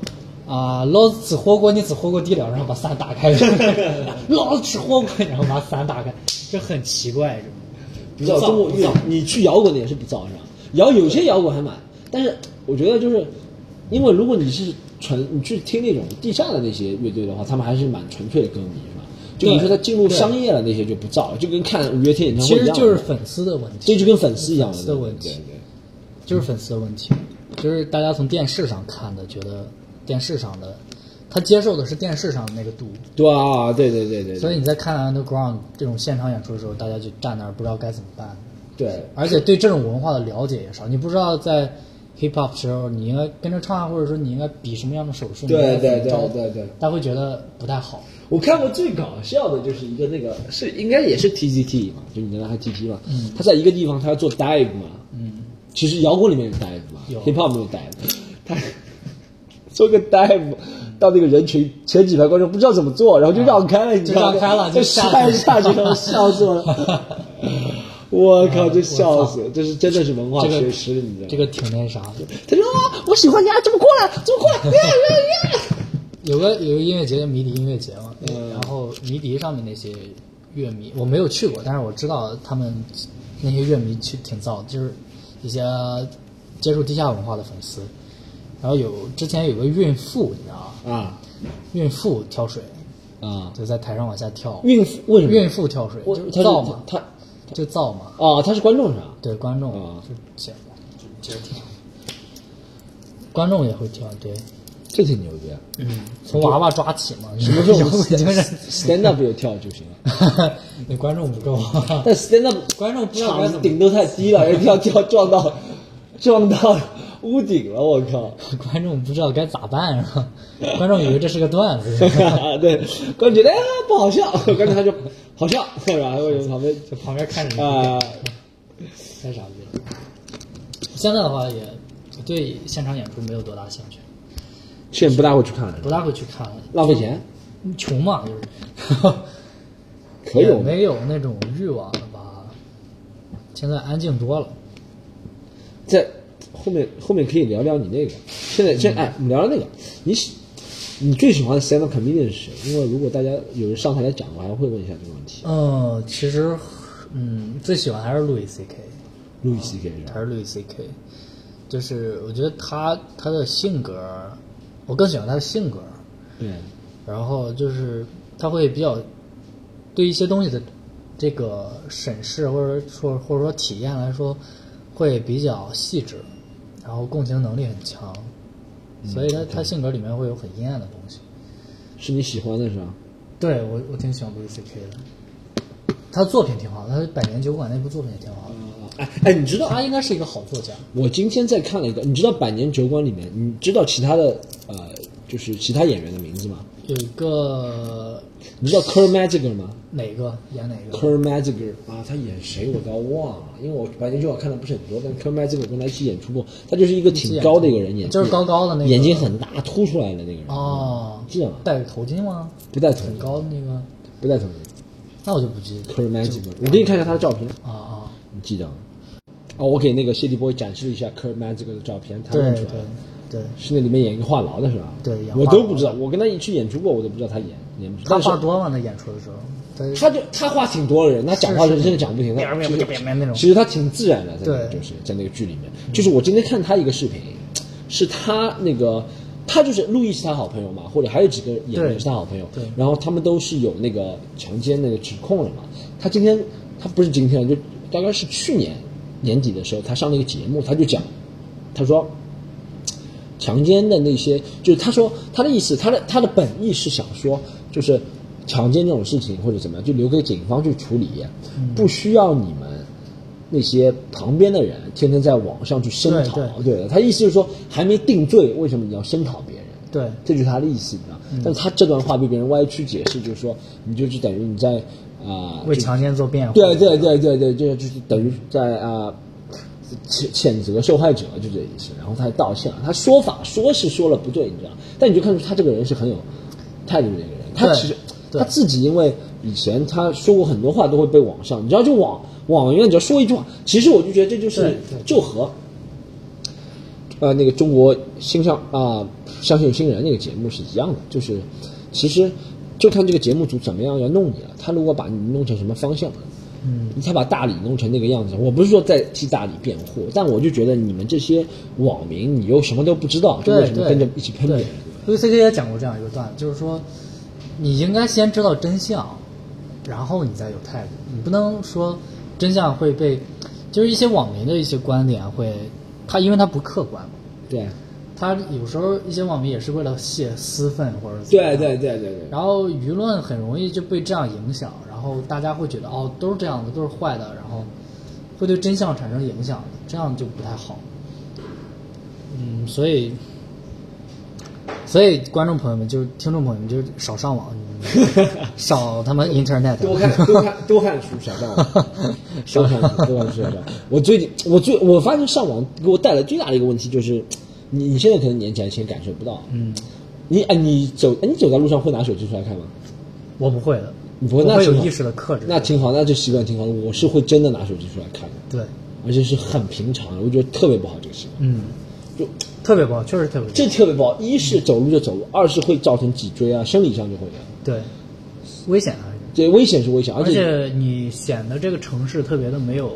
啊，老子吃火锅，你吃火锅底料，然后把伞打开， <laughs> 老子吃火锅，然后把伞打开，这很奇怪，这种。比较中国乐，你去摇滚的也是比较是吧？摇有些摇滚还蛮，但是我觉得就是，因为如果你是纯你去听那种地下的那些乐队的话，他们还是蛮纯粹的歌迷是吧？就你说他进入商业了那些就不造，就跟看五月天演唱其会一实样，就是粉丝的问题，这就跟粉丝一样粉丝的问对题，对。就是粉丝的问题，就是大家从电视上看的，觉得电视上的他接受的是电视上的那个度，对啊，对对对对，所以你在看 Underground 这种现场演出的时候，大家就站那儿不知道该怎么办，对而且对这种文化的了解也少，你不知道在 hip hop 时候你应该跟着唱啊，或者说你应该比什么样的手势，对你应该怎么着对对对对，他会觉得不太好。我看过最搞笑的就是一个那个是应该也是 T G T 嘛，就你原来还 T T 嘛，他在一个地方他要做 dive 嘛，嗯，其实摇滚里面有 dive 嘛有，hip hop 没有 dive，他做个 dive 到那个人群前几排观众不知道怎么做，然后就让开了，你知道吗就让开了嗯就就摔下去下去了，笑死我了。 <laughs> 我靠，这笑我死！这是真的是文化这缺个失，你知道吗？这个挺那啥的。他说啊，我喜欢你啊，怎么过来？怎么过来？呀呀呀！有个有个音乐节叫迷笛音乐节嘛，嗯然后迷笛上面那些乐迷，我没有去过，但是我知道他们那些乐迷去挺燥的，就是一些接触地下文化的粉丝。然后有之前有个孕妇，你知道吗？啊孕妇跳水啊！就在台上往下跳，孕妇为什么？孕妇跳水我就是他燥嘛，他就燥嘛，哦，他是观众是吧？对观众啊就这样就接着跳，观众也会跳，对，这挺牛 <laughs> 逼啊！嗯，从娃娃抓起嘛，什什么时候我摇们滚精神 stand up 有跳就行了？ <laughs> 你观众不够，啊 <laughs> 但 stand up 观众不知道该场怎子么顶都太低 <laughs> 了，人跳跳撞到撞到屋顶了，我 <laughs> 靠！观众不知道该咋办是吧？观众以为这是个段子， <laughs> 对，观众觉得、哎、不好笑，观众他就好笑是吧？为什么旁边就旁边看着你啊、太傻逼了。现在的话也对现场演出没有多大兴趣， <laughs> 现在不大会去看了，是吧不大会去看了，浪费钱，穷嘛 <laughs> 就是，可以也我们没有那种欲望了吧？现在安静多了，在后面后面可以聊聊你那个。现在现在哎，我们聊聊那个，你喜你最喜欢的 stand up comedian 是谁？因为如果大家有人上台来讲，我还会问一下这个问题。嗯，其实嗯最喜欢还是路易 C K。路易 C K 是吧？还是路易 C K，就是我觉得他他的性格，我更喜欢他的性格，对，然后就是他会比较对一些东西的这个审视或者说或者说体验来说，会比较细致，然后共情能力很强，所以他、他性格里面会有很阴暗的东西。是你喜欢的是吧？对我我挺喜欢路易 C K 的，他作品挺好的，他《百年酒馆》那部作品也挺好的，哎哎，你知道他应该是一个好作家。我今天在看了一个，你知道《百年酒馆》里面，你知道其他的呃，就是其他演员的名字吗？有一个你知道 Kerr Magier 吗哪个演哪个？ ？Kerr Magier 啊，他演谁我倒忘了，因为我《百年酒馆》看的不是很多，但 Kerr Magier 跟他一起演出过，他就是一个挺高的一个人，眼睛就是高高的那个眼睛很大凸出来的那个人，哦，记得吗？戴个头巾吗？不戴头很巾，高的那个，不戴头巾那我就不记得。 ，Kerr Magier，我给你看一下他的照片，啊啊，你记得吗？哦，我给那个谢帝波展示了一下 Kerr Magier 的照片，他对认对出来了。对，是那里面演一个话痨的是吧？对演我话痨都不知道，我跟他一起演出过，我都不知道他演演不出。他但是话多吗？那演出的时候，他他就他话挺多的人，他讲话是是真的讲不停，喵他喵其实喵喵那种其实他挺自然的，在那个对就是在那个剧里面，就是我今天看他一个视频，是他那个。他就是路易是他好朋友嘛，或者还有几个演员对是他好朋友对，然后他们都是有那个强奸那个指控了嘛。他今天他不是今天，就大概是去年年底的时候，他上了一个节目，他就讲，他说强奸的那些，就是他说他的意思，他的他的本意是想说，就是强奸这种事情或者怎么样，就留给警方去处理，嗯不需要你们那些旁边的人天天在网上去声讨。对对他意思就是说，还没定罪，为什么你要声讨别人？对嗯这就是他的意思，你知道？但是他这段话被别人歪曲解释，就是说，你就是等于你在啊、为强奸做辩护。对对对对对，就是就是等于在啊、谴谴责受害者就这意思，然后他还道歉了，他说法说是说了不对，你知道，但你就看出他这个人是很有态度的一个人，他对其实对他自己因为以前他说过很多话都会被网上，你知道就网网员只要说一句话，其实我就觉得这就是对对就和呃那个中国新上啊、相信有新人那个节目是一样的，就是其实就看这个节目组怎么样要弄你了。他如果把你弄成什么方向，嗯，他把大理弄成那个样子，我不是说在替大理辩护，但我就觉得你们这些网民，你又什么都不知道，就为对什么对，跟着一起喷别人？对 VCK 也讲过这样一个段子，就是说，你应该先知道真相，然后你再有态度。你不能说真相会被，就是一些网民的一些观点会，他因为他不客观嘛，对他有时候一些网民也是为了泄私愤或者怎么对样对对对对，然后舆论很容易就被这样影响，然后大家会觉得哦都是这样的，都是坏的，然后会对真相产生影响，这样就不太好。嗯，所以所以观众朋友们就是听众朋友们就是少上网， <laughs> 你少他妈 internet，啊多看多看多看书，小赵。 <laughs> 上上网对吧？是吧？我最近我最我发现上网给我带来最大的一个问题就是，你你现在可能年纪还轻，感受不到。嗯，你啊，你走，哎你走在路上会拿手机出来看吗？我不会的，你不我会，那会有挺好意识的克制。那挺好，那这习惯挺好的。我是会真的拿手机出来看的，对，而且是很平常的，我觉得特别不好这个习惯。嗯，就特别不好，确实特别不好。这特别不好，一是走路就走路，二是会造成脊椎啊，生理上就会的，对，危险啊！这危险是危险，而而且且你显得这个城市特别的没有，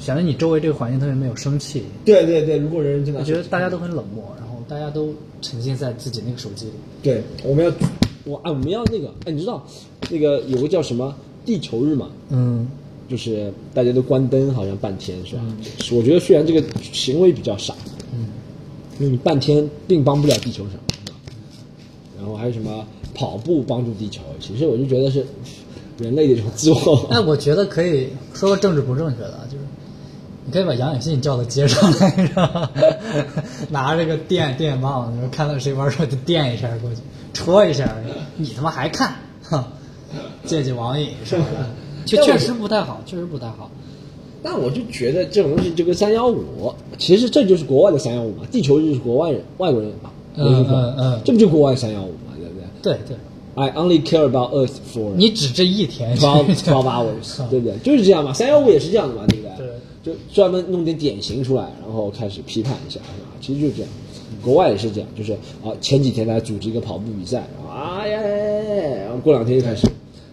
显得你周围这个环境特别没有生气。对对对，如果人真的我觉得大家都很冷漠，然后大家都沉浸在自己那个手机里。对，我们要，我啊，我们要那个，哎，你知道那个有个叫什么地球日嘛？嗯，就是大家都关灯，好像半天是吧？是我觉得虽然这个行为比较傻，嗯，因为你半天并帮不了地球什么，是吧然后还有什么跑步帮助地球，其实我就觉得是人类的一种自我。哎，我觉得可以说个政治不正确的啊，就是你可以把杨永信叫到街上来，然 <laughs> 后拿着个电电棒，然后看到谁玩手机电一下过去，戳一下，你他妈还看，哼，借借网瘾什么的， <laughs> 确但我确实不太好，确实不太好。 <laughs> 但我就觉得这种东西就跟三幺五，其实这就是国外的三幺五嘛，地球日是国外人外国人嘛，嗯文艺风嗯嗯这不就国外三幺五嘛，对不对对对， ？I only care about Earth for 你只这一 <laughs> 天 twelve twelve 嗯 hours，对不对？就是这样嘛，三幺五也是这样的嘛，对不对？就专门弄点典型出来，然后开始批判一下，是吧？其实就是这样，国外也是这样，就是啊，前几天来组织一个跑步比赛，然后啊呀呀呀呀呀，然后过两天就开始，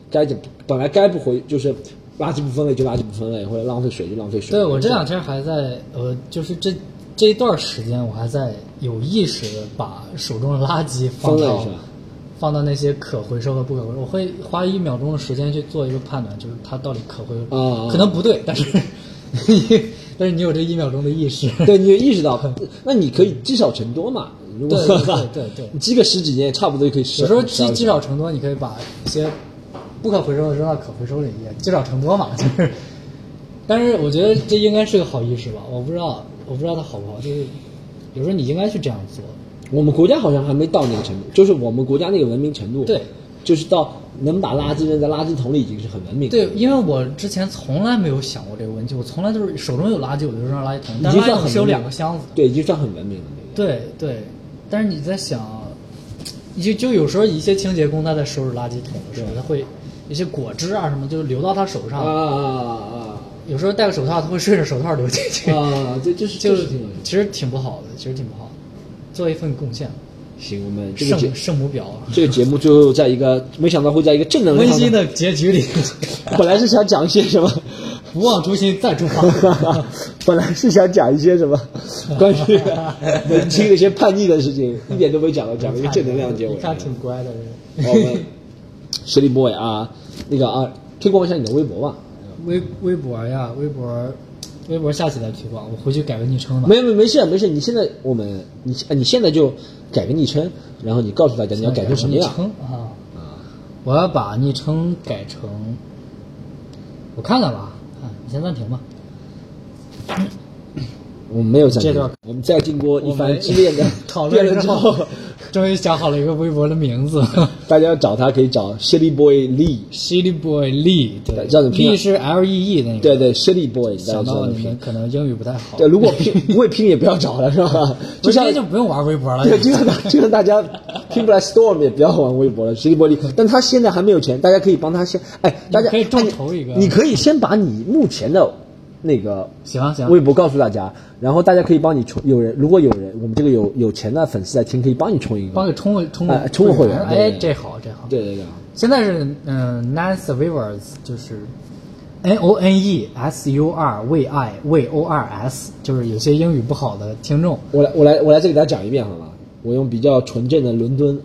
该怎本来该不回就是垃圾不分类就垃圾不分类，或者浪费水就浪费水。 <laughs> 对我这两天还在，呃，就是这这一段时间，我还在有意识的把手中的垃圾放分类到是吧放到那些可回收和不可回收，我会花一秒钟的时间去做一个判断，就是它到底可回收，啊啊可能不对，但是 <laughs> 但是你有这一秒钟的意 <laughs> 识， <laughs> 对，你就意识到，那你可以积少成多嘛。如果对对对对对 <laughs> 你积个十几年，差不多就可以吃。有时候积积少成多，你可以把一些不可回收的扔到可回收里，也积少成多嘛，就是。但是我觉得这应该是个好意识吧，我不知道，我不知道它好不好，就是有时候你应该去这样做。我们国家好像还没到那个程度，就是我们国家那个文明程度，对，就是到能把垃圾扔在垃圾桶里已经是很文明了，对，因为我之前从来没有想过这个问题，我从来都是手中有垃圾我就扔到垃圾桶，已但经垃圾算桶很是有文明两个箱子的。对，已经算很文明了。对对，但是你在想，就就有时候一些清洁工他在收拾垃圾桶的时候，他会一些果汁啊什么就流到他手啊上，啊有时候戴个手套他会顺着手套流进去，啊啊！这这是这就是是挺有其实挺不好的，其实挺不好的，做一份贡献，行，我们这个节圣圣母婊啊，这个节目最后在一个没想到会在一个正能量温上馨，的结局里， <laughs> 本来是想讲一些什么， <laughs> 不忘初心再出发。本来是想讲一些什么关 <laughs> 于文青的一些叛逆的事情，一点都没讲到，讲了一个正能量结尾哦你。看挺乖的人。 <laughs> 我们 Silly Boy 啊，那个啊，推广一下你的微博吧。微微博呀，微博，微博下次再推广，我回去改个昵称吧。没没没事没事，你现在我们你啊你现在就改个昵称，然后你告诉大家你要改成什么昵样称啊？啊？我要把昵称改成，我看看吧，啊，你先暂停吧。我们没有暂这停段，我们在经过一我番们激烈的 <laughs> 讨辩论论之之后后，，终于想好了一个微博的名字 <laughs> 大家要找他可以找 Silly Boy Lee， ，Silly Boy Lee，对对叫你拼啊，Lee 是 L E E 那个。对，对 Silly Boy，大家想知道到怎么你们拼。可能英语不太好，对，如果拼不会拼也不要找了，是吧？ <laughs> 我就今像天就不用玩微博了。对，就像大就像大家拼不来 Storm 也不要玩微博了，实力玻璃。但他现在还没有钱，大家可以帮他先，哎，大家可以众哎筹一个你可以先把你目前的那个行行微博告诉大家，然后大家可以帮你充，有人如果有人我们这个有有钱的粉丝在听，可以帮你充一个，帮给充个充个哎充个会员对哎，对对这好这好。对对对，现在是嗯、n a n survivors 就是 N O N E S U R V I V O R S，就是有些英语不好的听众，我来我来我来这里给大家讲一遍好吗？我用比较纯正的伦敦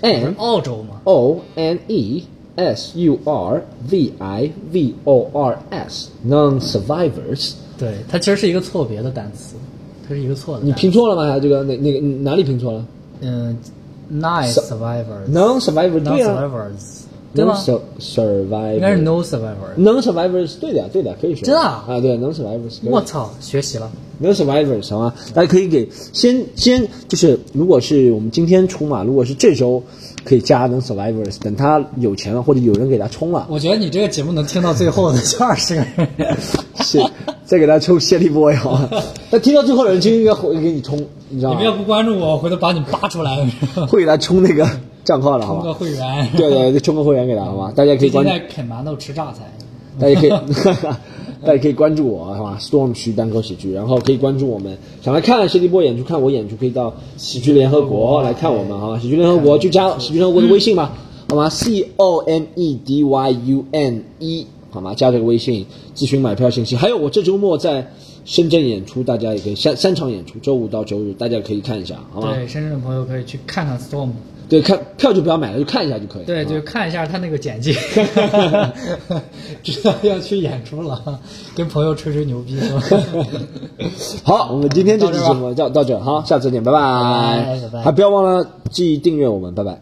N 澳洲嘛， O N E S U R V I V O R S non survivors，对，它其实是一个错别的单词，它是一个错的你单词。拼错了吗？这个哪哪个哪里拼错了嗯、n i n e So- survivors， ？non survivor 对啊 Not survivors，对吗 non？sur- survivor 应该是 no survivors。能 survivors 对的，对的，可以说真的啊啊对，能 survivors 可以我操，学习了。能 survivors 好吗？大家可以给先先就是，如果是我们今天出嘛，如果是这周可以加能 survivors，等他有钱了或者有人给他充了，我觉得你这个节目能听到最后的 <laughs> 就二十个人。是再给他充谢立波也好啊。 <laughs> 那听到最后的人就应该会给你充，你知道你吗们？要不关注我，我回头把你扒出来，充会给他充那个账号了，好个吧？会员。对对，对充个会员给他，好吧？大家可以最关近注，在啃馒头吃榨菜。大家可以， <laughs> 大家可以关注我，好吧？Storm 区单口喜剧，然后可以关注我们，想来看谢立波演出，看我演出，可以到喜剧联合国来看我们，好吧？喜剧联合国就加喜剧联合国的微信吧，好吗？C O M E D Y U N E，好吗？加这个微信咨询买票信息。还有我这周末在深圳演出，大家也可以三三场演出，周五到周日，大家可以看一下，好吗？对，深圳的朋友可以去看看 Storm，对，看票就不要买了，就看一下就可以。对，好吧就看一下他那个 <laughs> 简介，知道要去演出了，跟朋友吹吹牛逼是 <laughs> 吧？ <laughs> 好，我们今天这期节目就到这，好，下次见，拜拜拜拜拜还不要忘了记订阅我们，拜拜。